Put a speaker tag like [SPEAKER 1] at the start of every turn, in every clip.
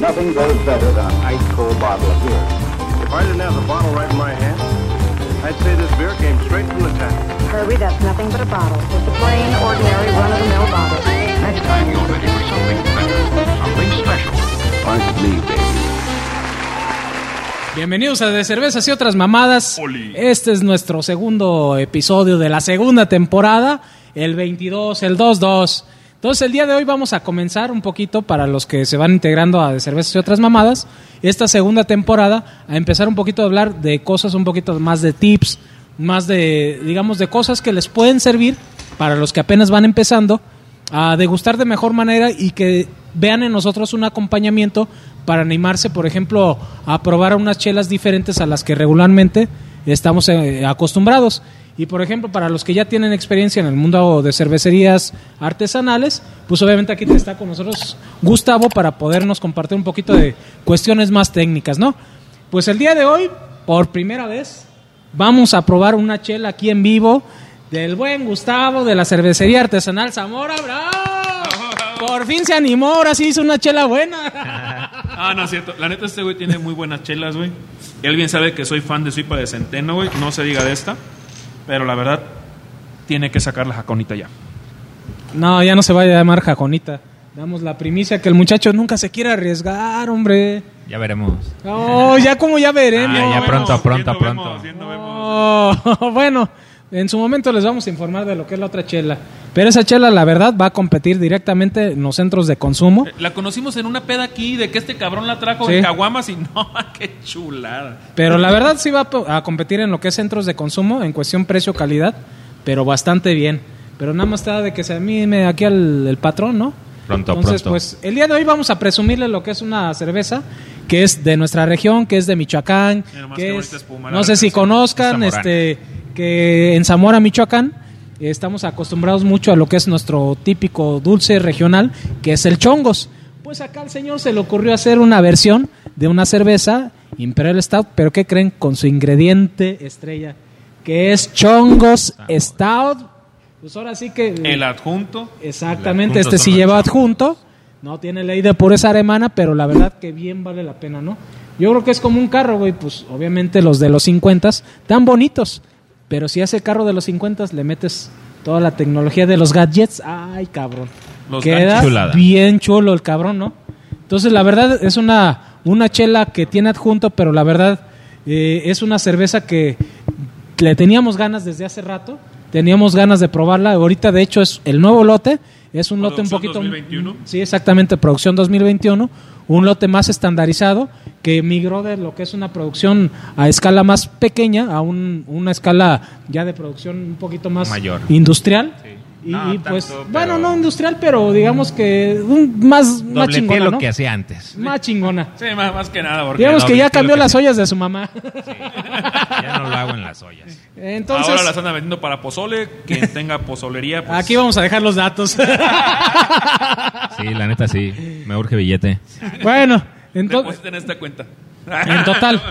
[SPEAKER 1] Nothing goes better than an ice cold bottle of beer.
[SPEAKER 2] If I didn't have the bottle right in my hand, I'd say this beer came straight from the tap.
[SPEAKER 3] Herbie, that's nothing but a bottle. It's a plain, ordinary, run-of-the-mill bottle.
[SPEAKER 4] Next time you're ready for something better, something special.
[SPEAKER 1] Aren't me, baby.
[SPEAKER 5] Bienvenidos a De Cervezas y otras mamadas. Este es nuestro segundo episodio de la segunda temporada, el 22, el 2-2. Entonces el día de hoy vamos a comenzar un poquito para los que se van integrando a De Cervezas y otras mamadas, esta segunda temporada, a empezar un poquito a hablar de cosas un poquito más de tips, más de, digamos, de cosas que les pueden servir para los que apenas van empezando a degustar de mejor manera y que vean en nosotros un acompañamiento para animarse, por ejemplo, a probar unas chelas diferentes a las que regularmente estamos eh, acostumbrados. Y por ejemplo, para los que ya tienen experiencia en el mundo de cervecerías artesanales, pues obviamente aquí está con nosotros Gustavo para podernos compartir un poquito de cuestiones más técnicas, ¿no? Pues el día de hoy, por primera vez, vamos a probar una chela aquí en vivo del buen Gustavo de la cervecería artesanal Zamora. ¡Bravo! Por fin se animó, ahora sí hizo una chela buena.
[SPEAKER 6] Ah, no es cierto. La neta, este güey tiene muy buenas chelas, güey. Él bien sabe que soy fan de Suipa de Centeno, güey. No se diga de esta. Pero la verdad, tiene que sacar la jaconita ya.
[SPEAKER 5] No, ya no se va a llamar Jaconita. Damos la primicia que el muchacho nunca se quiere arriesgar, hombre.
[SPEAKER 7] Ya veremos.
[SPEAKER 5] No, ya como ya veremos.
[SPEAKER 7] Ah, ya
[SPEAKER 6] Bueno,
[SPEAKER 7] pronto, pronto,
[SPEAKER 6] viendo
[SPEAKER 7] pronto.
[SPEAKER 6] vemos, viendo vemos.
[SPEAKER 5] Oh, bueno, en su momento les vamos a informar de lo que es la otra chela. Pero esa chela, la verdad, va a competir directamente en los centros de consumo.
[SPEAKER 6] Eh, La conocimos en una peda aquí de que este cabrón la trajo
[SPEAKER 5] Sí.
[SPEAKER 6] en Caguamas y no, ah, qué chulada.
[SPEAKER 5] Pero la verdad sí va a po- a competir en lo que es centros de consumo, en cuestión precio-calidad, pero bastante bien. Pero nada más está de que se anime aquí al el patrón, ¿no?
[SPEAKER 7] Pronto,
[SPEAKER 5] Entonces,
[SPEAKER 7] pronto.
[SPEAKER 5] pues el día de hoy vamos a presumirle lo que es una cerveza que es de nuestra región, que es de Michoacán,
[SPEAKER 6] Mira nomás qué
[SPEAKER 5] que es,
[SPEAKER 6] bonita espuma, la
[SPEAKER 5] no sé si
[SPEAKER 6] referencia.
[SPEAKER 5] conozcan,
[SPEAKER 7] Es zamorana.
[SPEAKER 5] este, que en Zamora, Michoacán, eh, estamos acostumbrados mucho a lo que es nuestro típico dulce regional, que es el chongos. Pues acá al señor se le ocurrió hacer una versión de una cerveza Imperial Stout, pero ¿qué creen? Con su ingrediente estrella, que es chongos Stout. Pues ahora sí que...
[SPEAKER 6] El adjunto.
[SPEAKER 5] Exactamente,
[SPEAKER 7] Adjuntos
[SPEAKER 5] este sí
[SPEAKER 7] son
[SPEAKER 5] lleva
[SPEAKER 7] los
[SPEAKER 5] adjunto. No tiene ley de pureza alemana, pero la verdad que bien vale la pena, ¿no? Yo creo que es como un carro, güey, pues obviamente los de los 50 tan bonitos, pero si hace carro de los 50 le metes toda la tecnología de los gadgets, ay, cabrón.
[SPEAKER 6] Los
[SPEAKER 5] Queda
[SPEAKER 7] gadgets. Chulada.
[SPEAKER 5] bien chulo el cabrón, ¿no? Entonces, la verdad es una una chela que tiene adjunto, pero la verdad eh, es una cerveza que le teníamos ganas desde hace rato, teníamos ganas de probarla. Ahorita, de hecho, es el nuevo lote, es un lote un
[SPEAKER 6] Producción
[SPEAKER 5] poquito.
[SPEAKER 6] 2021.
[SPEAKER 5] Sí, exactamente, producción 2021, un lote más estandarizado que migró de lo que es una producción a escala más pequeña a un- una escala ya de producción un poquito más
[SPEAKER 7] Mayor.
[SPEAKER 5] industrial.
[SPEAKER 7] Sí.
[SPEAKER 5] Y,
[SPEAKER 7] No,
[SPEAKER 5] y, pues,
[SPEAKER 7] tanto,
[SPEAKER 5] bueno,
[SPEAKER 7] pero-
[SPEAKER 5] no industrial, pero digamos que un- más, más
[SPEAKER 7] Dobleteé
[SPEAKER 5] chingona.
[SPEAKER 7] lo
[SPEAKER 5] ¿no?
[SPEAKER 7] que hacía antes.
[SPEAKER 5] Más chingona.
[SPEAKER 6] Sí, más, más que nada. Porque
[SPEAKER 5] Digamos que ya
[SPEAKER 7] dobleteé
[SPEAKER 5] cambió
[SPEAKER 7] lo que
[SPEAKER 5] las
[SPEAKER 7] hacía.
[SPEAKER 5] ollas de su mamá.
[SPEAKER 7] Ya no lo hago en las ollas.
[SPEAKER 5] Entonces,
[SPEAKER 6] ahora las andan vendiendo para pozole. Quien tenga pozolería, pues,
[SPEAKER 5] aquí vamos a dejar los datos.
[SPEAKER 7] Sí, la neta sí. Me urge billete.
[SPEAKER 5] Bueno, entonces,
[SPEAKER 6] depositen pues, esta cuenta.
[SPEAKER 5] en total,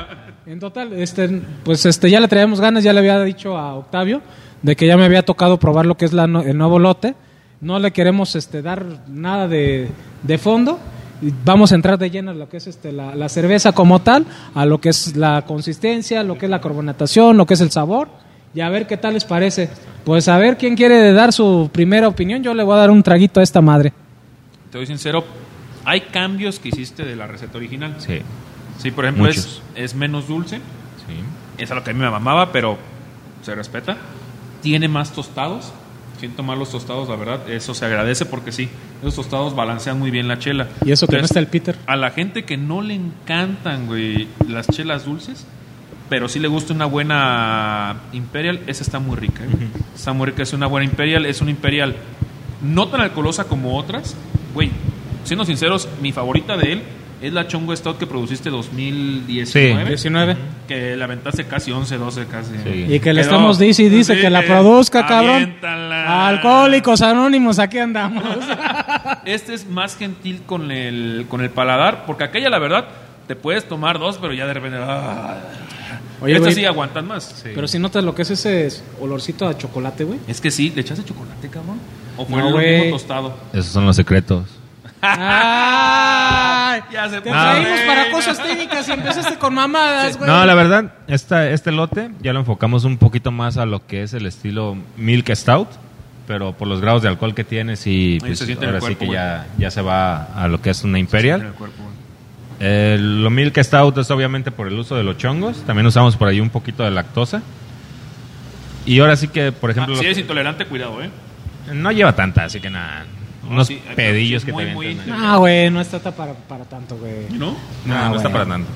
[SPEAKER 5] en total, este, pues este, ya le traíamos ganas, ya le había dicho a Octavio de que ya me había tocado probar lo que es la no- el nuevo lote. No le queremos este, dar nada de, de fondo. Y Vamos a entrar de lleno a lo que es este, la, la cerveza como tal, a lo que es la consistencia, lo que es la carbonatación, lo que es el sabor, y a ver qué tal les parece. Pues a ver quién quiere dar su primera opinión. Yo le voy a dar un traguito a esta madre.
[SPEAKER 6] Te doy sincero, hay cambios que hiciste de la receta original.
[SPEAKER 7] Sí.
[SPEAKER 6] Sí, por ejemplo, es,
[SPEAKER 7] Muchos.
[SPEAKER 6] es menos dulce.
[SPEAKER 7] Sí.
[SPEAKER 6] Es a lo que a mí me mamaba, pero se respeta. Tiene más tostados. Siento más los tostados, la verdad. Eso se agradece porque sí, esos tostados balancean muy bien la chela.
[SPEAKER 5] Y eso que no
[SPEAKER 6] Entonces,
[SPEAKER 5] está el Peter.
[SPEAKER 6] A la gente que no le encantan, güey, las chelas dulces, pero sí le gusta una buena Imperial, esa está muy rica. güey. Está muy rica, es una buena Imperial, es una Imperial no tan alcoholosa como otras. Güey, siendo sinceros, mi favorita de él es la Chongo Stout que produciste 2019.
[SPEAKER 7] Sí.
[SPEAKER 5] 19.
[SPEAKER 6] Que la aventaste casi 11, 12 casi.
[SPEAKER 7] Sí.
[SPEAKER 5] Y que
[SPEAKER 6] Quedó.
[SPEAKER 5] le estamos dice y dice
[SPEAKER 6] Sí,
[SPEAKER 5] que la
[SPEAKER 6] que
[SPEAKER 5] produzca, cabrón.
[SPEAKER 6] aviéntala.
[SPEAKER 5] Alcohólicos anónimos, aquí andamos.
[SPEAKER 6] Este es más gentil con el, con el paladar, porque aquella, la verdad, te puedes tomar dos, pero ya de repente. ah.
[SPEAKER 5] Oye,
[SPEAKER 6] Estas
[SPEAKER 5] güey,
[SPEAKER 6] sí aguantan más.
[SPEAKER 5] Pero si notas lo que es ese olorcito a chocolate, güey.
[SPEAKER 6] Es que sí, ¿le echaste chocolate, cabrón? ¿O fue
[SPEAKER 5] No,
[SPEAKER 6] el
[SPEAKER 5] güey.
[SPEAKER 6] mismo tostado?
[SPEAKER 7] Esos son los secretos.
[SPEAKER 5] Ah, Ay,
[SPEAKER 6] Ya se
[SPEAKER 5] te
[SPEAKER 6] puso.
[SPEAKER 5] traímos
[SPEAKER 6] Ah.
[SPEAKER 5] para cosas técnicas y empezaste con mamadas, güey.
[SPEAKER 7] No, la verdad, esta, este lote ya lo enfocamos un poquito más a lo que es el estilo Milk Stout, pero por los grados de alcohol que tienes y pues,
[SPEAKER 6] se siente en el
[SPEAKER 7] ahora
[SPEAKER 6] cuerpo,
[SPEAKER 7] sí que
[SPEAKER 6] güey.
[SPEAKER 7] ya, ya se va a lo que es una
[SPEAKER 6] En el
[SPEAKER 7] Imperial.
[SPEAKER 6] cuerpo, güey.
[SPEAKER 7] Eh, lo Milk Stout es obviamente por el uso de los chongos, también usamos por ahí un poquito de lactosa. Y ahora sí que, por ejemplo,
[SPEAKER 6] Ah,
[SPEAKER 7] lo
[SPEAKER 6] si
[SPEAKER 7] que-
[SPEAKER 6] eres intolerante, cuidado, ¿eh?
[SPEAKER 7] no lleva tanta, así que nada, unos
[SPEAKER 6] sí, hay-
[SPEAKER 7] pedillos
[SPEAKER 6] sí,
[SPEAKER 7] que
[SPEAKER 6] muy,
[SPEAKER 7] te
[SPEAKER 6] muy-
[SPEAKER 7] avientan ahí.
[SPEAKER 5] No, Ah, güey, no está ta- para, para tanto, güey.
[SPEAKER 6] ¿No?
[SPEAKER 7] No, no,
[SPEAKER 5] Ah,
[SPEAKER 7] está
[SPEAKER 5] bueno.
[SPEAKER 7] para tanto.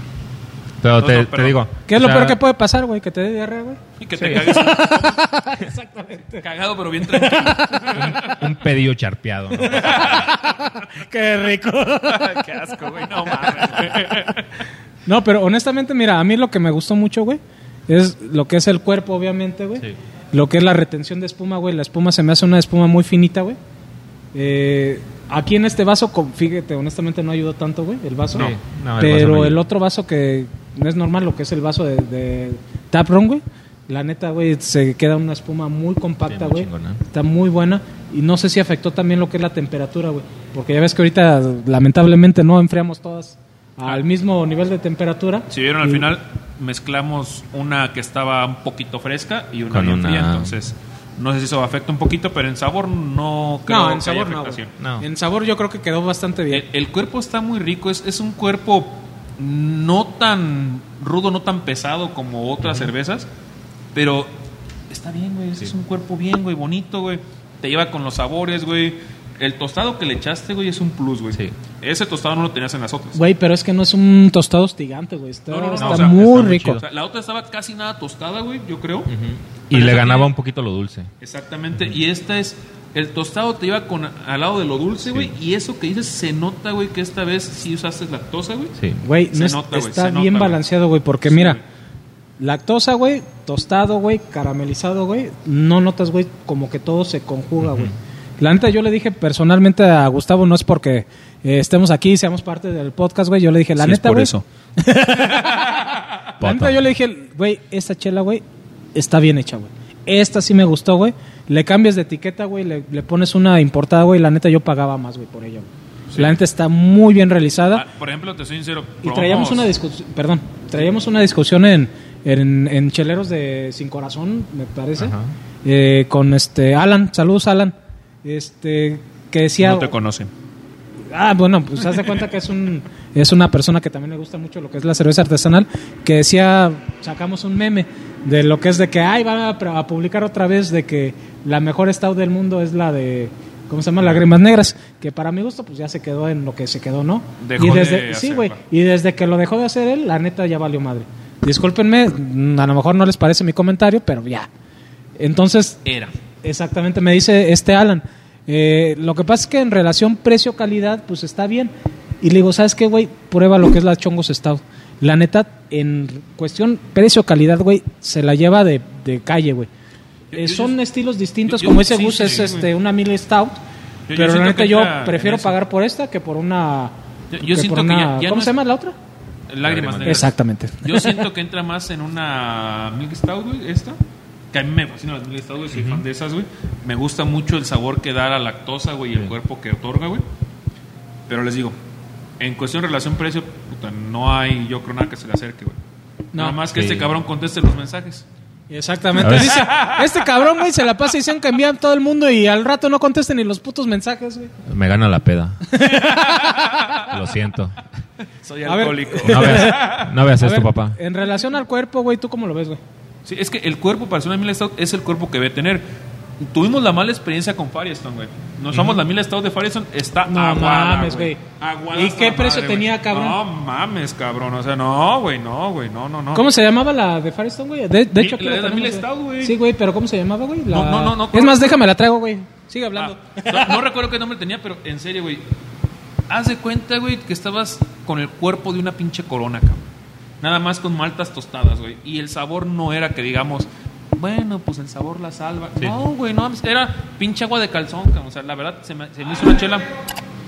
[SPEAKER 7] Pero
[SPEAKER 6] No,
[SPEAKER 7] te,
[SPEAKER 6] no,
[SPEAKER 7] te
[SPEAKER 6] pero-
[SPEAKER 7] digo.
[SPEAKER 5] ¿Qué es lo
[SPEAKER 7] o sea,
[SPEAKER 5] peor que puede pasar, güey? Que te dé diarrea, güey.
[SPEAKER 6] Y que
[SPEAKER 7] Sí.
[SPEAKER 6] te cagues. Exactamente. Cagado, pero bien tranquilo.
[SPEAKER 7] Un pedillo charpeado. ¿no?
[SPEAKER 5] Qué rico.
[SPEAKER 6] Qué asco, güey. No mames. güey.
[SPEAKER 5] No, pero honestamente, mira, a mí lo que me gustó mucho, güey, es lo que es el cuerpo, obviamente, güey.
[SPEAKER 7] Sí.
[SPEAKER 5] Lo que es la retención de espuma, güey. La espuma se me hace una espuma muy finita, güey. Eh, aquí en este vaso, con- fíjate, honestamente no ayudó tanto, güey, el vaso.
[SPEAKER 7] No, no, el
[SPEAKER 5] pero
[SPEAKER 7] vaso
[SPEAKER 5] el,
[SPEAKER 7] no ayuda.
[SPEAKER 5] otro vaso que no es normal, lo que es el vaso de, de Taproom, güey. La neta, güey, se queda una espuma muy compacta,
[SPEAKER 7] Sí, muy
[SPEAKER 5] güey.
[SPEAKER 7] chingona.
[SPEAKER 5] Está muy buena. Y no sé si afectó también lo que es la temperatura, güey. Porque ya ves que ahorita, lamentablemente, no enfriamos todas al mismo nivel de temperatura.
[SPEAKER 6] Si Ah. vieron al
[SPEAKER 5] Y-
[SPEAKER 6] final, mezclamos una que estaba un poquito fresca y una
[SPEAKER 7] Con
[SPEAKER 6] bien fría.
[SPEAKER 7] una-
[SPEAKER 6] Entonces, no sé si eso afecta un poquito, pero en sabor no creo
[SPEAKER 5] no, en
[SPEAKER 6] que
[SPEAKER 5] sabor
[SPEAKER 6] haya
[SPEAKER 5] no,
[SPEAKER 6] afectación. Eh,
[SPEAKER 5] güey.
[SPEAKER 7] No.
[SPEAKER 5] En sabor yo creo que quedó bastante bien.
[SPEAKER 6] El, el cuerpo está muy rico, es, es un cuerpo no tan rudo, no tan pesado como otras cervezas, pero está bien, güey, es- es un cuerpo bien, güey, bonito, güey. Te lleva con los sabores, güey. El tostado que le echaste, güey, es un plus, güey.
[SPEAKER 7] Sí.
[SPEAKER 6] Ese tostado no lo tenías en las otras.
[SPEAKER 5] Güey, pero es que no es un tostado hostigante, güey. Está,
[SPEAKER 6] No, no, no,
[SPEAKER 5] está
[SPEAKER 6] o sea,
[SPEAKER 5] muy
[SPEAKER 7] está muy
[SPEAKER 5] rico.
[SPEAKER 6] O sea, la otra estaba casi nada tostada, güey, yo creo.
[SPEAKER 7] Y
[SPEAKER 6] Pero
[SPEAKER 7] le
[SPEAKER 6] esa
[SPEAKER 7] ganaba
[SPEAKER 6] tiene-
[SPEAKER 7] un poquito lo dulce.
[SPEAKER 6] Exactamente, y esta es... El tostado te lleva con, al lado de lo dulce, güey, y eso que dices se nota, güey, que esta vez sí usaste lactosa, güey.
[SPEAKER 7] Sí.
[SPEAKER 5] Güey,
[SPEAKER 6] Se
[SPEAKER 5] no es-
[SPEAKER 6] nota, güey,
[SPEAKER 5] está
[SPEAKER 6] se
[SPEAKER 5] bien
[SPEAKER 6] nota, güey.
[SPEAKER 5] balanceado, güey, porque
[SPEAKER 6] Sí,
[SPEAKER 5] mira,
[SPEAKER 6] güey.
[SPEAKER 5] lactosa, güey, tostado, güey, caramelizado, güey, no notas, güey, como que todo se conjuga, güey. La neta, yo le dije personalmente a Gustavo, no es porque eh, estemos aquí y seamos parte del podcast, güey, yo le dije, la
[SPEAKER 8] Sí, es
[SPEAKER 5] neta,
[SPEAKER 8] por
[SPEAKER 5] güey.
[SPEAKER 8] eso.
[SPEAKER 5] La neta,
[SPEAKER 7] Pota.
[SPEAKER 5] yo le dije, güey, esta chela, güey, está bien hecha, güey. Esta sí me gustó, güey. Le cambias de etiqueta, güey, le, le pones una importada, güey, la neta yo pagaba más, güey, por ella, güey. La neta está muy bien
[SPEAKER 6] Ah,
[SPEAKER 5] realizada.
[SPEAKER 6] por ejemplo, te soy sincero.
[SPEAKER 5] Y traíamos
[SPEAKER 6] probamos-
[SPEAKER 5] una discusión, perdón, traíamos una discusión en, en, en Cheleros de Sin Corazón, me parece,
[SPEAKER 7] Ajá.
[SPEAKER 5] eh, con este Alan, saludos Alan, este que decía,
[SPEAKER 6] No te conocen.
[SPEAKER 5] ah, bueno, pues haz de cuenta que es un es una persona que también le gusta mucho lo que es la cerveza artesanal, que decía, sacamos un meme de lo que es de que, ay, van a, pra- a publicar otra vez de que la mejor stout del mundo es la de ¿Cómo se llama? Lágrimas Negras, que para mi gusto pues ya se quedó en lo que se quedó, ¿no?
[SPEAKER 6] Dejó
[SPEAKER 5] y
[SPEAKER 6] de
[SPEAKER 5] desde, sí,
[SPEAKER 6] hacerla.
[SPEAKER 5] güey, y desde que lo dejó de hacer él, la neta ya valió madre. Discúlpenme, mm, a lo mejor no les parece mi comentario, pero ya. Entonces,
[SPEAKER 6] Era.
[SPEAKER 5] exactamente, me dice este Alan. eh, lo que pasa es que en relación precio-calidad, pues está bien. Y le digo, ¿sabes qué, güey? Prueba lo que es la Chongos Stout. La neta, en cuestión precio-calidad, güey, se la lleva de, de calle, güey.
[SPEAKER 6] Yo-
[SPEAKER 5] Eh,
[SPEAKER 6] yo-
[SPEAKER 5] son
[SPEAKER 6] yo-
[SPEAKER 5] estilos distintos,
[SPEAKER 6] yo-
[SPEAKER 5] como
[SPEAKER 6] sí,
[SPEAKER 5] ese bus
[SPEAKER 6] sí,
[SPEAKER 5] es
[SPEAKER 6] sí,
[SPEAKER 5] este,
[SPEAKER 6] güey.
[SPEAKER 5] una Mil Stout.
[SPEAKER 6] Yo- yo
[SPEAKER 5] pero la
[SPEAKER 6] siento que
[SPEAKER 5] neta, yo
[SPEAKER 6] entra en
[SPEAKER 5] prefiero
[SPEAKER 6] eso.
[SPEAKER 5] pagar por esta que por una.
[SPEAKER 6] Yo- yo
[SPEAKER 5] que por
[SPEAKER 6] siento que
[SPEAKER 5] una-
[SPEAKER 6] ya- ya
[SPEAKER 5] ¿Cómo
[SPEAKER 6] no
[SPEAKER 5] se
[SPEAKER 6] es-
[SPEAKER 5] llama la otra?
[SPEAKER 6] Lágrimas negras.
[SPEAKER 5] Exactamente.
[SPEAKER 6] Yo siento que entra más en una Milk Stout, güey, esta. Que a mí me fascinan las Milk Stout, güey, soy fan de esas, güey. Me gusta mucho el sabor que da la lactosa, güey, y el cuerpo que otorga, güey. Pero les digo, en cuestión relación-precio, puta, no hay, yo creo, nada que se le acerque, güey.
[SPEAKER 5] No.
[SPEAKER 6] Nada más que
[SPEAKER 7] Sí.
[SPEAKER 6] este cabrón conteste los mensajes.
[SPEAKER 5] Exactamente.
[SPEAKER 7] A ver.
[SPEAKER 5] Dice, este cabrón, güey, se la pasa diciendo que envían todo el mundo y al rato no contesten ni los putos mensajes, güey.
[SPEAKER 7] Me gana la peda. lo siento.
[SPEAKER 6] Soy
[SPEAKER 5] A ver.
[SPEAKER 6] alcohólico.
[SPEAKER 7] No veas, no veas
[SPEAKER 5] A
[SPEAKER 7] esto,
[SPEAKER 5] ver,
[SPEAKER 7] papá.
[SPEAKER 5] En relación al cuerpo, güey, ¿tú cómo lo ves, güey?
[SPEAKER 6] Sí, es que el cuerpo para hacer una Mila Stout es el cuerpo que debe tener. Tuvimos la mala experiencia con Firestone, güey. Nos vamos la Mila Stout de Firestone, está
[SPEAKER 5] No
[SPEAKER 6] aguada,
[SPEAKER 5] mames, güey.
[SPEAKER 6] Aguada
[SPEAKER 5] ¿Y
[SPEAKER 6] hasta
[SPEAKER 5] qué
[SPEAKER 6] la
[SPEAKER 5] precio
[SPEAKER 6] madre,
[SPEAKER 5] tenía,
[SPEAKER 6] güey.
[SPEAKER 5] cabrón?
[SPEAKER 6] No mames, cabrón. O sea, no, güey, no, güey, no, no, no.
[SPEAKER 5] ¿Cómo se llamaba la de Firestone, güey? De, de
[SPEAKER 6] Mi-
[SPEAKER 5] hecho, aquí
[SPEAKER 6] la
[SPEAKER 5] la
[SPEAKER 6] de la
[SPEAKER 5] tenemos,
[SPEAKER 6] Mil Stout, güey.
[SPEAKER 5] Sí, güey, pero ¿cómo se llamaba, güey? La-
[SPEAKER 6] No, no, no, no,
[SPEAKER 5] Es
[SPEAKER 6] ¿cómo?
[SPEAKER 5] más, déjame la traigo, güey. Sigue
[SPEAKER 6] Ah,
[SPEAKER 5] hablando.
[SPEAKER 6] no, no recuerdo qué nombre tenía, pero en serio, güey. Haz de cuenta, güey, que estabas con el cuerpo de una pinche corona, cabrón. Nada más con maltas tostadas, güey. Y el sabor no era que digamos, bueno, pues el sabor la salva. No, güey, no, mames, era pinche agua de calzón, cabrón. O sea, la verdad, se me, se me hizo una chela.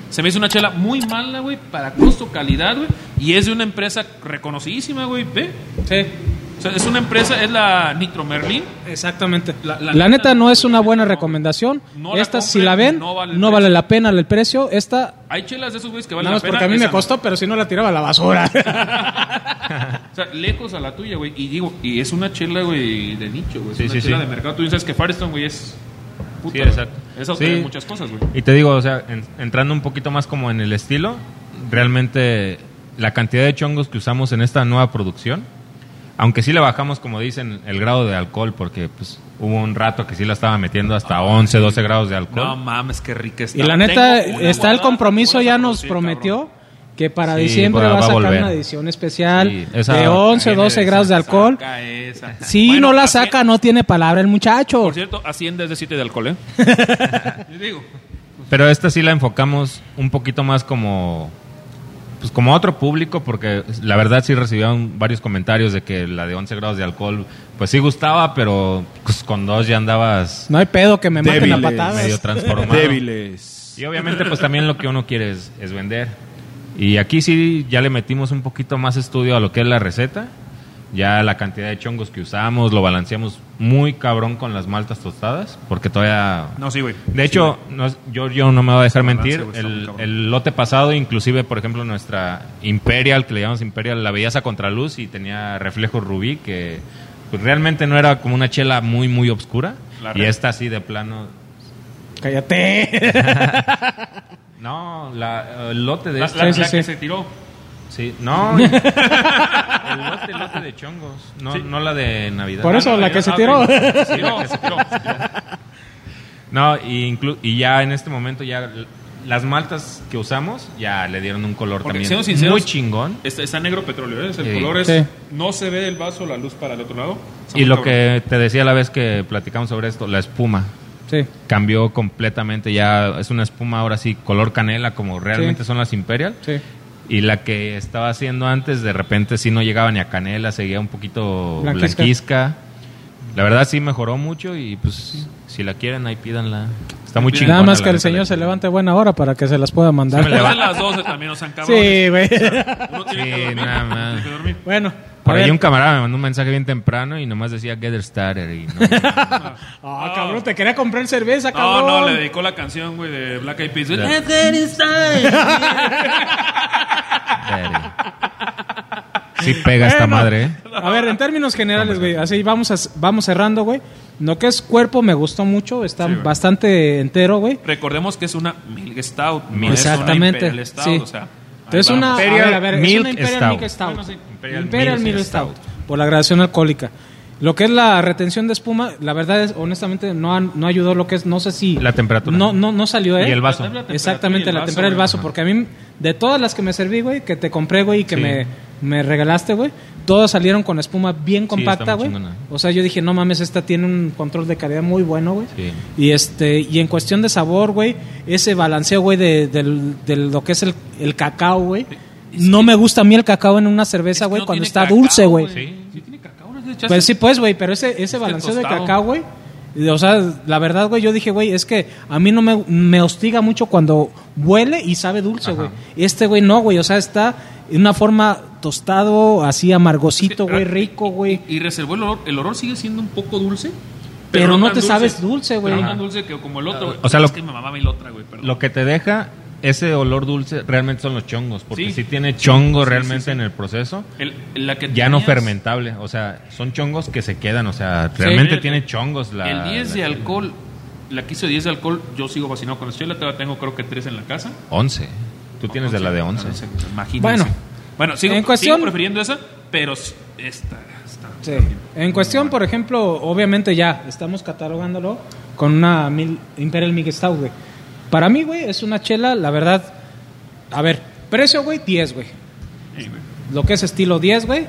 [SPEAKER 6] Se me hizo una chela muy mala, güey, para costo-calidad, güey. Y es de una empresa reconocidísima, güey. Ve,
[SPEAKER 5] Sí.
[SPEAKER 6] O sea, es una empresa, es la Nitro Merlin.
[SPEAKER 5] Exactamente.
[SPEAKER 6] La-
[SPEAKER 5] La,
[SPEAKER 6] la neta
[SPEAKER 5] neta no es una buena
[SPEAKER 6] no.
[SPEAKER 5] recomendación.
[SPEAKER 6] No la
[SPEAKER 5] Esta,
[SPEAKER 6] compren,
[SPEAKER 5] si la ven,
[SPEAKER 6] no
[SPEAKER 5] no
[SPEAKER 6] vale
[SPEAKER 5] vale,
[SPEAKER 6] el precio.
[SPEAKER 5] la pena el precio. Esta,
[SPEAKER 6] Hay chelas de esos güeyes que valen la
[SPEAKER 5] nada más
[SPEAKER 6] pena.
[SPEAKER 5] porque a mí
[SPEAKER 6] esa
[SPEAKER 5] me
[SPEAKER 6] no.
[SPEAKER 5] costó, pero si no la tiraba a la basura.
[SPEAKER 6] O sea, lejos a la tuya, güey. Y digo, y es una chela, güey, de nicho, güey. Es
[SPEAKER 7] Sí,
[SPEAKER 6] una
[SPEAKER 7] sí,
[SPEAKER 6] chela
[SPEAKER 7] sí.
[SPEAKER 6] de mercado. Tú sabes que Firestone, güey, es. Puta,
[SPEAKER 7] Sí,
[SPEAKER 6] güey.
[SPEAKER 7] exacto.
[SPEAKER 6] Esa
[SPEAKER 7] Sí.
[SPEAKER 6] tiene muchas cosas, güey.
[SPEAKER 7] Y te digo, o sea, en- entrando un poquito más como en el estilo, realmente la cantidad de chongos que usamos en esta nueva producción, aunque sí le bajamos, como dicen, el grado de alcohol, porque pues, hubo un rato que sí la estaba metiendo hasta 11, 12 grados de alcohol.
[SPEAKER 6] No mames, qué rica está.
[SPEAKER 5] y la neta, eh,
[SPEAKER 6] Tengo una
[SPEAKER 5] está el
[SPEAKER 6] guardada,
[SPEAKER 5] compromiso,
[SPEAKER 6] una
[SPEAKER 5] ya nos
[SPEAKER 6] sabrosita,
[SPEAKER 5] prometió
[SPEAKER 6] cabrón.
[SPEAKER 5] que para
[SPEAKER 7] Sí,
[SPEAKER 5] diciembre
[SPEAKER 7] va-
[SPEAKER 5] va,
[SPEAKER 7] va a
[SPEAKER 5] a sacar
[SPEAKER 7] volver.
[SPEAKER 5] una edición especial
[SPEAKER 7] Sí, esa-
[SPEAKER 5] de 11 o 12 grados de alcohol.
[SPEAKER 6] Saca esa.
[SPEAKER 5] Si
[SPEAKER 6] Bueno,
[SPEAKER 5] no la
[SPEAKER 6] así-
[SPEAKER 5] saca, no tiene palabra el muchacho.
[SPEAKER 6] Por cierto, Hacienda es de 7 de alcohol, ¿eh? Yo digo.
[SPEAKER 7] Pero esta sí la enfocamos un poquito más como pues como a otro público porque la verdad sí recibieron varios comentarios de que la de 11 grados de alcohol pues sí gustaba, pero pues, con dos ya andabas
[SPEAKER 5] No hay pedo que me maten a
[SPEAKER 8] Débiles.
[SPEAKER 7] eh, medio
[SPEAKER 5] patadas.
[SPEAKER 7] transformado.
[SPEAKER 8] Débiles.
[SPEAKER 7] Y obviamente pues también lo que uno quiere es, es vender. Y aquí sí ya le metimos un poquito más estudio a lo que es la receta. Ya la cantidad de chongos que usamos, lo balanceamos muy cabrón con las maltas tostadas, porque todavía
[SPEAKER 6] No, sí, güey.
[SPEAKER 7] de hecho, no, yo, yo no me voy a dejar mentir.
[SPEAKER 6] balance, güey, está muy
[SPEAKER 7] El,
[SPEAKER 6] cabrón.
[SPEAKER 7] el lote pasado, inclusive, por ejemplo, nuestra Imperial, que le llamamos Imperial, la veías a contraluz y tenía reflejo rubí, que pues, realmente no era como una chela muy, muy oscura.
[SPEAKER 6] La
[SPEAKER 7] Y
[SPEAKER 6] red.
[SPEAKER 7] esta así de plano.
[SPEAKER 5] Cállate.
[SPEAKER 7] No, la- el lote de
[SPEAKER 6] La,
[SPEAKER 7] esta-
[SPEAKER 6] la-
[SPEAKER 5] sí,
[SPEAKER 6] la
[SPEAKER 5] sí.
[SPEAKER 6] que se tiró.
[SPEAKER 7] Sí, no. el lote, el lote de chongos. No,
[SPEAKER 6] Sí.
[SPEAKER 7] no la de Navidad.
[SPEAKER 5] Por eso, la que se tiró.
[SPEAKER 6] Ah, Sí, la que se tiró. se tiró.
[SPEAKER 7] No, y, inclu- y ya en este momento ya l- las maltas que usamos ya le dieron un color
[SPEAKER 6] Porque,
[SPEAKER 7] también
[SPEAKER 6] siendo sinceros,
[SPEAKER 7] muy chingón.
[SPEAKER 6] Está, está negro petróleo, ¿eh? Es El
[SPEAKER 7] Sí.
[SPEAKER 6] color es.
[SPEAKER 5] Sí.
[SPEAKER 6] No se ve el vaso, la luz para el otro lado. Está
[SPEAKER 7] Y
[SPEAKER 6] muy
[SPEAKER 7] lo
[SPEAKER 6] cabrón.
[SPEAKER 7] que te decía la vez que platicamos sobre esto, la espuma
[SPEAKER 5] Sí.
[SPEAKER 7] cambió completamente, ya es una espuma ahora sí color canela como realmente
[SPEAKER 5] Sí.
[SPEAKER 7] son las Imperial
[SPEAKER 5] Sí.
[SPEAKER 7] y la que estaba haciendo antes de repente sí no llegaba ni a canela, seguía un poquito
[SPEAKER 5] Blanquizca.
[SPEAKER 7] blanquizca. La verdad sí mejoró mucho y pues si la quieren ahí pídanla. Está muy chingona.
[SPEAKER 5] Nada más
[SPEAKER 7] la
[SPEAKER 5] que el
[SPEAKER 7] neta, la
[SPEAKER 5] señor se
[SPEAKER 7] neta.
[SPEAKER 5] levante buena hora para que se las pueda mandar.
[SPEAKER 7] Se me
[SPEAKER 6] Después de
[SPEAKER 7] levanta.
[SPEAKER 6] las 12 también nos han cabrón.
[SPEAKER 5] Sí, güey.
[SPEAKER 6] Uno tiene
[SPEAKER 7] Sí,
[SPEAKER 6] que dormir.
[SPEAKER 7] nada más.
[SPEAKER 6] tiene que dormir.
[SPEAKER 5] Bueno.
[SPEAKER 7] Por
[SPEAKER 5] a
[SPEAKER 7] ahí
[SPEAKER 5] ver.
[SPEAKER 7] un camarada me mandó un mensaje bien temprano y nomás decía Get Started y no,
[SPEAKER 5] Ah, cabrón, te quería comprar cerveza,
[SPEAKER 6] No,
[SPEAKER 5] cabrón.
[SPEAKER 6] no, le dedicó la canción, güey, de Black Eyed Peas.
[SPEAKER 7] Ya. verga. Sí pega esta
[SPEAKER 5] Bueno.
[SPEAKER 7] madre, ¿eh?
[SPEAKER 5] A ver, en términos generales, güey, así vamos, a- vamos cerrando, güey. Lo que es cuerpo me gustó mucho, está
[SPEAKER 6] Sí, güey.
[SPEAKER 5] bastante entero, güey.
[SPEAKER 6] Recordemos que es una Milk Stout. no
[SPEAKER 7] Milk
[SPEAKER 6] es una
[SPEAKER 5] Exactamente,
[SPEAKER 6] Imperial Stout,
[SPEAKER 5] sí.
[SPEAKER 6] o sea, ahí
[SPEAKER 5] Entonces
[SPEAKER 6] vamos.
[SPEAKER 5] una, a
[SPEAKER 7] Imperial
[SPEAKER 5] ver, a ver, es
[SPEAKER 7] Milk
[SPEAKER 5] una Imperial
[SPEAKER 7] Stout.
[SPEAKER 5] Milk Stout.
[SPEAKER 6] Bueno, sí,
[SPEAKER 7] Imperial
[SPEAKER 5] Imperial,
[SPEAKER 7] Milk
[SPEAKER 5] Milk,
[SPEAKER 7] Stout.
[SPEAKER 5] Stout. Por la gradación alcohólica. Lo que es la retención de espuma, la verdad es, honestamente, no, han- no ayudó lo que es, no sé si...
[SPEAKER 7] La temperatura.
[SPEAKER 5] No, no, no salió, ¿eh?
[SPEAKER 7] Y el vaso.
[SPEAKER 5] Exactamente, la temperatura del
[SPEAKER 6] güey.
[SPEAKER 5] vaso, porque a mí, de todas las que me serví, güey, que te compré, güey, y que
[SPEAKER 7] Sí.
[SPEAKER 5] me, me regalaste, güey, todas salieron con la espuma bien compacta,
[SPEAKER 7] está muy
[SPEAKER 5] güey.
[SPEAKER 7] chingona.
[SPEAKER 5] o sea, yo dije, no mames, esta tiene un control de calidad muy bueno, güey.
[SPEAKER 7] Sí.
[SPEAKER 5] Y este y en cuestión de sabor, güey, ese balanceo, güey, de, del- del- lo que es el, el cacao, güey. No me gusta a mí el cacao en una cerveza,
[SPEAKER 6] Es que
[SPEAKER 5] güey,
[SPEAKER 6] no
[SPEAKER 5] cuando
[SPEAKER 6] tiene
[SPEAKER 5] está
[SPEAKER 6] cacao,
[SPEAKER 5] dulce, güey.
[SPEAKER 6] Sí. sí tiene cacao, no es leche
[SPEAKER 5] Pues
[SPEAKER 6] ácida.
[SPEAKER 5] sí, pues, güey, pero ese, ese balanceo de
[SPEAKER 6] tostado.
[SPEAKER 5] cacao, güey. y, O sea, la verdad, güey, yo dije, güey, es que a mí no me, me hostiga mucho cuando huele y sabe dulce, güey. Este, güey, no, güey, o sea, está en una forma tostado, así amargosito,
[SPEAKER 6] Sí,
[SPEAKER 5] güey,
[SPEAKER 6] ra-
[SPEAKER 5] rico, güey.
[SPEAKER 6] Y reservó el olor. El olor sigue siendo un poco dulce.
[SPEAKER 5] Pero no
[SPEAKER 6] tan
[SPEAKER 5] te sabes dulce, güey.
[SPEAKER 6] Pero no
[SPEAKER 5] Ajá.
[SPEAKER 6] tan dulce que como el otro, güey.
[SPEAKER 7] O sea,
[SPEAKER 6] es
[SPEAKER 7] lo-
[SPEAKER 6] que me mamaba el otra, güey, perdón.
[SPEAKER 7] Lo que te deja ese olor dulce realmente son los chongos, porque
[SPEAKER 6] Sí.
[SPEAKER 7] sí, tiene chongo
[SPEAKER 6] Sí,
[SPEAKER 7] realmente
[SPEAKER 6] sí, sí.
[SPEAKER 7] en el proceso.
[SPEAKER 6] El- la que
[SPEAKER 7] Ya no
[SPEAKER 6] tenías-
[SPEAKER 7] fermentable, o sea, son chongos que se quedan, o sea, realmente
[SPEAKER 6] El-
[SPEAKER 7] tiene chongos la
[SPEAKER 6] el 10
[SPEAKER 7] la-
[SPEAKER 6] de alcohol, la que hizo 10 de alcohol, yo sigo fascinado con la chela. Todavía tengo creo que 3 en la casa.
[SPEAKER 7] 11. Tú tienes de la de 11.
[SPEAKER 6] Imagínense.
[SPEAKER 5] Bueno.
[SPEAKER 6] bueno sigo,
[SPEAKER 5] En cuestión-
[SPEAKER 6] sigo prefiriendo esa, pero s- esta. esta
[SPEAKER 5] Sí. En cuestión, por ejemplo, obviamente ya estamos catalogándolo con una mil, Imperial Miguel Stout, güey. Para mí, güey, es una chela, la verdad. A ver, precio, güey, 10, güey.
[SPEAKER 6] Sí, güey.
[SPEAKER 5] Lo que es estilo 10, güey.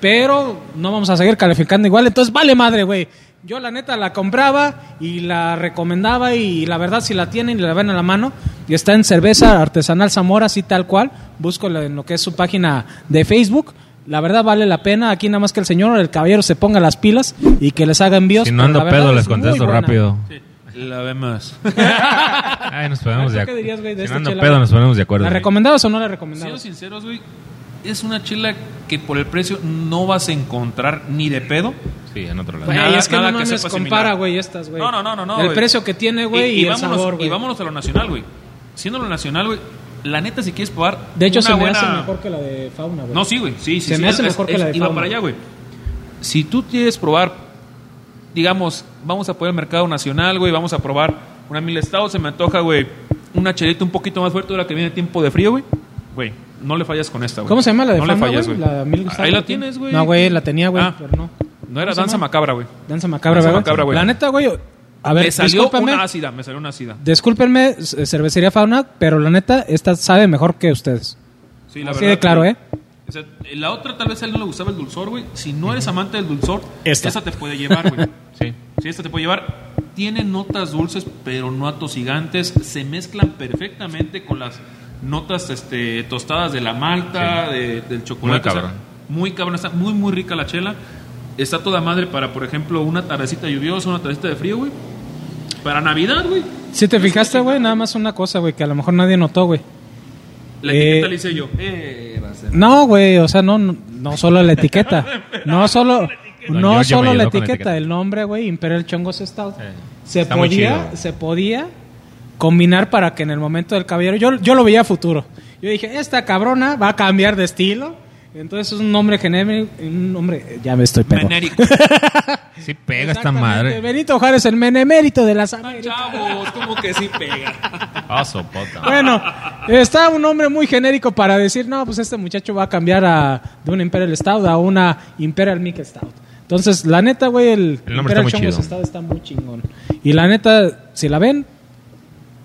[SPEAKER 5] Pero no vamos a seguir calificando igual, entonces vale madre, güey. Yo la neta la compraba y la recomendaba y la verdad si la tienen y la ven a la mano y está en cerveza artesanal Zamora, así tal cual, búscala en lo que es su página de Facebook. La verdad vale la pena, aquí nada más que el señor o el caballero se ponga las pilas y que les haga envíos.
[SPEAKER 7] Si no
[SPEAKER 5] pero la
[SPEAKER 7] ando
[SPEAKER 5] verdad
[SPEAKER 7] pedo,
[SPEAKER 5] es
[SPEAKER 7] les
[SPEAKER 5] muy
[SPEAKER 7] contesto
[SPEAKER 5] buena. Ah,
[SPEAKER 7] rápido.
[SPEAKER 6] Sí, La vemos.
[SPEAKER 7] Ay, nos ponemos
[SPEAKER 5] ¿Tú
[SPEAKER 7] de
[SPEAKER 5] qué
[SPEAKER 7] acuerdo.
[SPEAKER 5] dirías, güey, de
[SPEAKER 7] Si
[SPEAKER 5] esta
[SPEAKER 7] no ando
[SPEAKER 5] chela,
[SPEAKER 7] pedo,
[SPEAKER 5] güey?
[SPEAKER 7] nos ponemos de acuerdo.
[SPEAKER 5] ¿La
[SPEAKER 7] güey.
[SPEAKER 5] recomendabas o no la
[SPEAKER 6] Siendo
[SPEAKER 5] recomendabas?
[SPEAKER 6] sinceros, güey, es una chela que por el precio no vas a encontrar ni de pedo.
[SPEAKER 7] Sí, en otro lado.
[SPEAKER 5] Güey,
[SPEAKER 6] Nada-
[SPEAKER 5] es que
[SPEAKER 6] nada
[SPEAKER 5] no
[SPEAKER 6] que
[SPEAKER 5] mames,
[SPEAKER 6] sepa
[SPEAKER 5] compara,
[SPEAKER 6] similar.
[SPEAKER 5] güey, estas, güey.
[SPEAKER 6] No, no, no, no, no,
[SPEAKER 5] El
[SPEAKER 6] güey.
[SPEAKER 5] precio que tiene, güey, y, el
[SPEAKER 6] vámonos,
[SPEAKER 5] sabor, güey.
[SPEAKER 6] y vámonos a lo nacional, güey. Siendo lo nacional, güey, la neta, si quieres probar.
[SPEAKER 5] De hecho,
[SPEAKER 6] una
[SPEAKER 5] se me
[SPEAKER 6] buena-
[SPEAKER 5] hace mejor que la de fauna, güey.
[SPEAKER 6] No, sí, güey. Sí, sí,
[SPEAKER 5] Se
[SPEAKER 6] sí,
[SPEAKER 5] me hace
[SPEAKER 6] es-
[SPEAKER 5] mejor que
[SPEAKER 6] es-
[SPEAKER 5] la de
[SPEAKER 6] Iba
[SPEAKER 5] Fauna.
[SPEAKER 6] para allá, güey. Si tú quieres probar, digamos, vamos a poner el mercado nacional, güey, vamos a probar una mil estados, se me antoja, güey, una chelita un poquito más fuerte de la que viene en tiempo de frío, güey. Güey, no le fallas con esta, güey.
[SPEAKER 5] ¿Cómo se llama la de
[SPEAKER 6] No
[SPEAKER 5] fauna,
[SPEAKER 6] le fallas,
[SPEAKER 5] güey?
[SPEAKER 6] güey.
[SPEAKER 5] La Mil Gustavo
[SPEAKER 6] Ahí la
[SPEAKER 5] que tiene.
[SPEAKER 6] tienes, güey.
[SPEAKER 5] No, güey, la tenía, güey,
[SPEAKER 6] Ah.
[SPEAKER 5] pero no.
[SPEAKER 6] No era
[SPEAKER 5] ¿Cómo se
[SPEAKER 6] danza
[SPEAKER 5] llama?
[SPEAKER 6] macabra, güey.
[SPEAKER 5] Danza macabra,
[SPEAKER 6] Danza
[SPEAKER 5] güey.
[SPEAKER 6] macabra, güey.
[SPEAKER 5] La neta, güey, a ver,
[SPEAKER 6] me salió
[SPEAKER 5] discúlpame.
[SPEAKER 6] una ácida, me salió una ácida.
[SPEAKER 5] Discúlpenme, c- cervecería fauna, pero la neta, esta sabe mejor que ustedes.
[SPEAKER 6] Sí, la
[SPEAKER 5] Así
[SPEAKER 6] verdad
[SPEAKER 5] de claro,
[SPEAKER 6] que-
[SPEAKER 5] ¿eh?
[SPEAKER 6] O sea, la otra tal vez a él no le gustaba el dulzor, güey. Si no eres amante del dulzor,
[SPEAKER 5] Esta.
[SPEAKER 6] esa te puede llevar, güey.
[SPEAKER 7] Sí.
[SPEAKER 6] Sí, esta te puede llevar. Tiene notas dulces, pero no atosigantes. Se mezclan perfectamente con las notas este, tostadas de la malta, de- del chocolate.
[SPEAKER 7] Muy
[SPEAKER 6] o sea,
[SPEAKER 7] cabrón.
[SPEAKER 6] muy cabrón. Está muy, muy rica la chela. Está toda madre para, por ejemplo, una tardecita lluviosa, una tardecita de frío, güey. Para Navidad, güey.
[SPEAKER 5] Si te fijaste, güey, nada más una cosa, güey, que a lo mejor nadie notó, güey.
[SPEAKER 6] La
[SPEAKER 5] Eh,
[SPEAKER 6] etiqueta le hice yo. Eh, va a ser.
[SPEAKER 5] No, güey, o sea, no, no solo la etiqueta. No solo, no
[SPEAKER 7] No, yo- yo me
[SPEAKER 5] solo la
[SPEAKER 7] llevo con la
[SPEAKER 5] etiqueta,
[SPEAKER 7] etiqueta.
[SPEAKER 5] el nombre, güey, Imperial Chongos Stout.
[SPEAKER 7] Sí.
[SPEAKER 5] Se
[SPEAKER 7] Está muy
[SPEAKER 5] podía,
[SPEAKER 7] chido, güey.
[SPEAKER 5] se podía combinar para que en el momento del caballero, yo, yo lo veía a futuro. Yo dije, esta cabrona va a cambiar de estilo. Entonces es un nombre genérico, un nombre, eh, ya me estoy pegando.
[SPEAKER 6] Menérico.
[SPEAKER 7] Sí pega esta
[SPEAKER 5] Exactamente,
[SPEAKER 7] madre.
[SPEAKER 5] Benito Juárez, el menemérito de las
[SPEAKER 6] Ay,
[SPEAKER 5] Américas.
[SPEAKER 6] Chavos, como que sí pega.
[SPEAKER 7] Ah, sopota.
[SPEAKER 5] Bueno, está un hombre muy genérico para decir, no, pues este muchacho va a cambiar a, de una Imperial Stout a una Imperial Mick Stout. Entonces, la neta, güey, el,
[SPEAKER 7] El nombre está
[SPEAKER 5] Imperial
[SPEAKER 7] muy
[SPEAKER 5] Chongos
[SPEAKER 7] chido.
[SPEAKER 5] Stout está muy chingón. Y la neta, si la ven,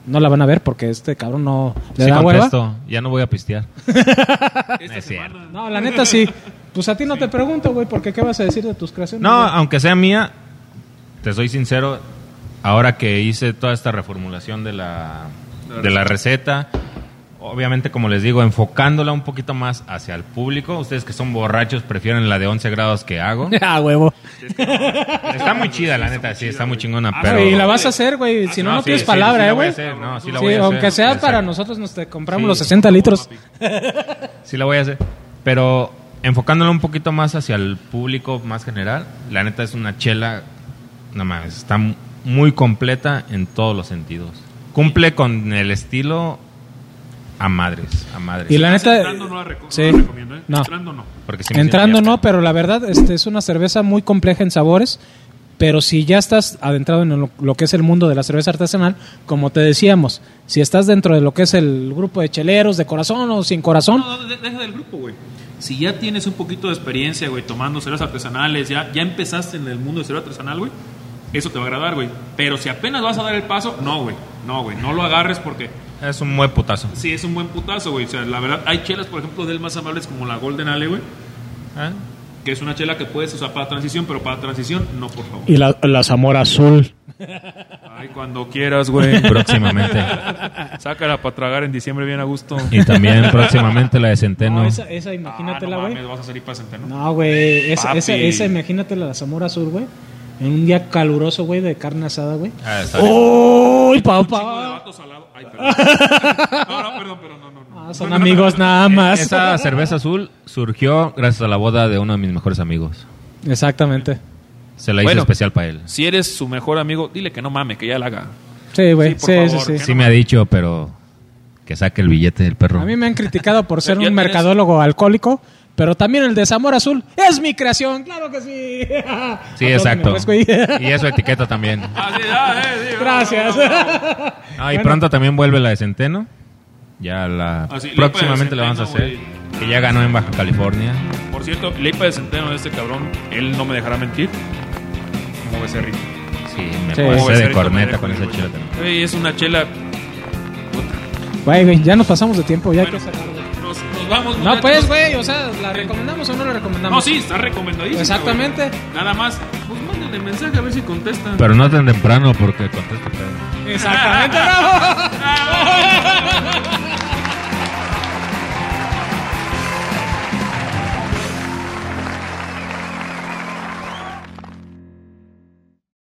[SPEAKER 5] no la van a ver porque este cabrón no le
[SPEAKER 7] Sí
[SPEAKER 5] da hueva.
[SPEAKER 7] contesto. Ya no voy a pistear.
[SPEAKER 6] Esta
[SPEAKER 7] es
[SPEAKER 6] semana.
[SPEAKER 5] No, la neta sí. Pues a ti no te pregunto, güey, porque ¿qué vas a decir de tus creaciones?
[SPEAKER 7] No,
[SPEAKER 5] güey?
[SPEAKER 7] aunque sea mía, te soy sincero, ahora que hice toda esta reformulación de la, de la receta, obviamente como les digo, enfocándola un poquito más hacia el público, ustedes que son borrachos prefieren la de 11 grados que hago.
[SPEAKER 5] ah, huevo.
[SPEAKER 7] Está muy chida, la neta, sí, está muy chingona, pero...
[SPEAKER 5] y Ah, la vas a hacer, güey. Si
[SPEAKER 7] Ah,
[SPEAKER 5] no, no,
[SPEAKER 7] sí,
[SPEAKER 5] tienes
[SPEAKER 7] sí,
[SPEAKER 5] palabra,
[SPEAKER 7] sí la
[SPEAKER 5] eh,
[SPEAKER 7] voy
[SPEAKER 5] güey.
[SPEAKER 7] a hacer, no, sí la
[SPEAKER 5] Sí,
[SPEAKER 7] voy a hacer,
[SPEAKER 5] aunque sea
[SPEAKER 7] exacto.
[SPEAKER 5] para nosotros, nos te compramos
[SPEAKER 7] Sí.
[SPEAKER 5] los 60 litros.
[SPEAKER 7] Sí la voy a hacer. Pero enfocándola un poquito más hacia el público más general, la neta es una chela, no mames, está mu- muy completa en todos los sentidos. Cumple con el estilo a madres, a madres.
[SPEAKER 5] Y la neta.
[SPEAKER 6] Entrando no la reco-
[SPEAKER 5] sí.
[SPEAKER 6] no la recomiendo, ¿eh?
[SPEAKER 5] No.
[SPEAKER 6] Entrando no.
[SPEAKER 7] Porque sí me
[SPEAKER 5] Entrando
[SPEAKER 7] sentía-
[SPEAKER 5] no, pero la verdad este, es una cerveza muy compleja en sabores. Pero si ya estás adentrado en lo, lo que es el mundo de la cerveza artesanal, como te decíamos, si estás dentro de lo que es el grupo de cheleros de corazón o sin corazón,
[SPEAKER 6] No, no, de- deja del grupo, güey. Si ya tienes un poquito de experiencia, güey, tomando cervezas artesanales, ya, ya empezaste en el mundo de cerveza artesanal, güey, eso te va a agradar, güey. Pero si apenas vas a dar el paso, no, güey, no, güey, no lo agarres porque
[SPEAKER 7] Es un buen putazo.
[SPEAKER 6] sí es un buen putazo, güey. O sea, la verdad, hay chelas, por ejemplo, del más amables como la Golden Ale, güey,
[SPEAKER 5] Ah.
[SPEAKER 7] ¿Eh?
[SPEAKER 6] que es una chela que puedes usar para transición, pero para transición, no, por favor.
[SPEAKER 8] Y la, la Zamora Azul.
[SPEAKER 6] Ay, cuando quieras, güey.
[SPEAKER 7] Próximamente.
[SPEAKER 6] Sácala para tragar en diciembre bien a gusto.
[SPEAKER 7] Y también próximamente la de
[SPEAKER 5] no,
[SPEAKER 7] Centeno.
[SPEAKER 5] Oh, esa, esa
[SPEAKER 6] Ah,
[SPEAKER 5] imagínatela,
[SPEAKER 6] no
[SPEAKER 5] güey.
[SPEAKER 6] mames, vas a salir para sentar, ¿no?
[SPEAKER 5] No, güey, esa,
[SPEAKER 6] Papi.
[SPEAKER 5] esa, esa imagínatela la Zamora Azul, güey. En un día caluroso, güey, de carne asada, güey.
[SPEAKER 7] Ah, está bien.
[SPEAKER 5] ¡Uy,
[SPEAKER 6] Chingo de
[SPEAKER 5] papá!
[SPEAKER 6] vatos al lado. Ay, perdón. No, no, perdón, pero no, no, no. Eh,
[SPEAKER 5] Ah, son amigos nada más.
[SPEAKER 7] Esa cerveza azul surgió gracias a la boda de uno de mis mejores amigos.
[SPEAKER 5] Exactamente.
[SPEAKER 7] Se la hice
[SPEAKER 6] Bueno.
[SPEAKER 7] especial para él.
[SPEAKER 6] Si eres su mejor amigo, dile que no mame, que ya la haga.
[SPEAKER 5] Sí,
[SPEAKER 6] Sí,
[SPEAKER 5] güey.
[SPEAKER 6] por
[SPEAKER 5] Sí, sí,
[SPEAKER 6] favor,
[SPEAKER 5] sí.
[SPEAKER 6] que
[SPEAKER 7] Sí me ha dicho, pero que saque el billete del perro.
[SPEAKER 5] A mí me han criticado por ser
[SPEAKER 6] Ya- ya
[SPEAKER 5] un
[SPEAKER 6] tienes-
[SPEAKER 5] mercadólogo alcohólico, pero también el desamor azul es mi creación, claro que sí. A todos
[SPEAKER 7] Sí,
[SPEAKER 5] me
[SPEAKER 7] exacto.
[SPEAKER 5] ofrezco ahí.
[SPEAKER 7] Y eso etiqueta también.
[SPEAKER 6] pues, Ah, sí, ah, eh, sí,
[SPEAKER 5] Gracias.
[SPEAKER 6] bravo, bravo.
[SPEAKER 7] Ah, y
[SPEAKER 5] Bueno.
[SPEAKER 7] pronto también vuelve la de Centeno. Ya la
[SPEAKER 6] Ah, sí, la
[SPEAKER 7] próximamente
[SPEAKER 6] de
[SPEAKER 7] la vamos a hacer.
[SPEAKER 6] Centeno,
[SPEAKER 7] Que ya ganó en Baja California.
[SPEAKER 6] Por cierto, la IPA de Centeno de este cabrón, él no me dejará mentir. Como becerrito.
[SPEAKER 7] Sí, me
[SPEAKER 5] Sí.
[SPEAKER 6] Como
[SPEAKER 7] pasé de
[SPEAKER 6] becerrito, me
[SPEAKER 7] corneta
[SPEAKER 6] dejó
[SPEAKER 7] con esa
[SPEAKER 6] mentir.
[SPEAKER 7] chela también.
[SPEAKER 6] Güey, es una chela.
[SPEAKER 5] Güey, güey, ya nos pasamos de tiempo, ya hay que sacar, güey.
[SPEAKER 6] Nos, pues, nos vamos.
[SPEAKER 5] No,
[SPEAKER 6] muchachos.
[SPEAKER 5] pues, güey, o sea, ¿la recomendamos o no la recomendamos?
[SPEAKER 6] No, sí, está recomendadísimo.
[SPEAKER 5] Exactamente.
[SPEAKER 6] güey. Nada más, pues mándenle mensaje a ver si contestan.
[SPEAKER 7] Pero no tan temprano porque contesta. Pedro.
[SPEAKER 5] Exactamente, bravo.
[SPEAKER 6] Ah, bueno, bueno, bueno.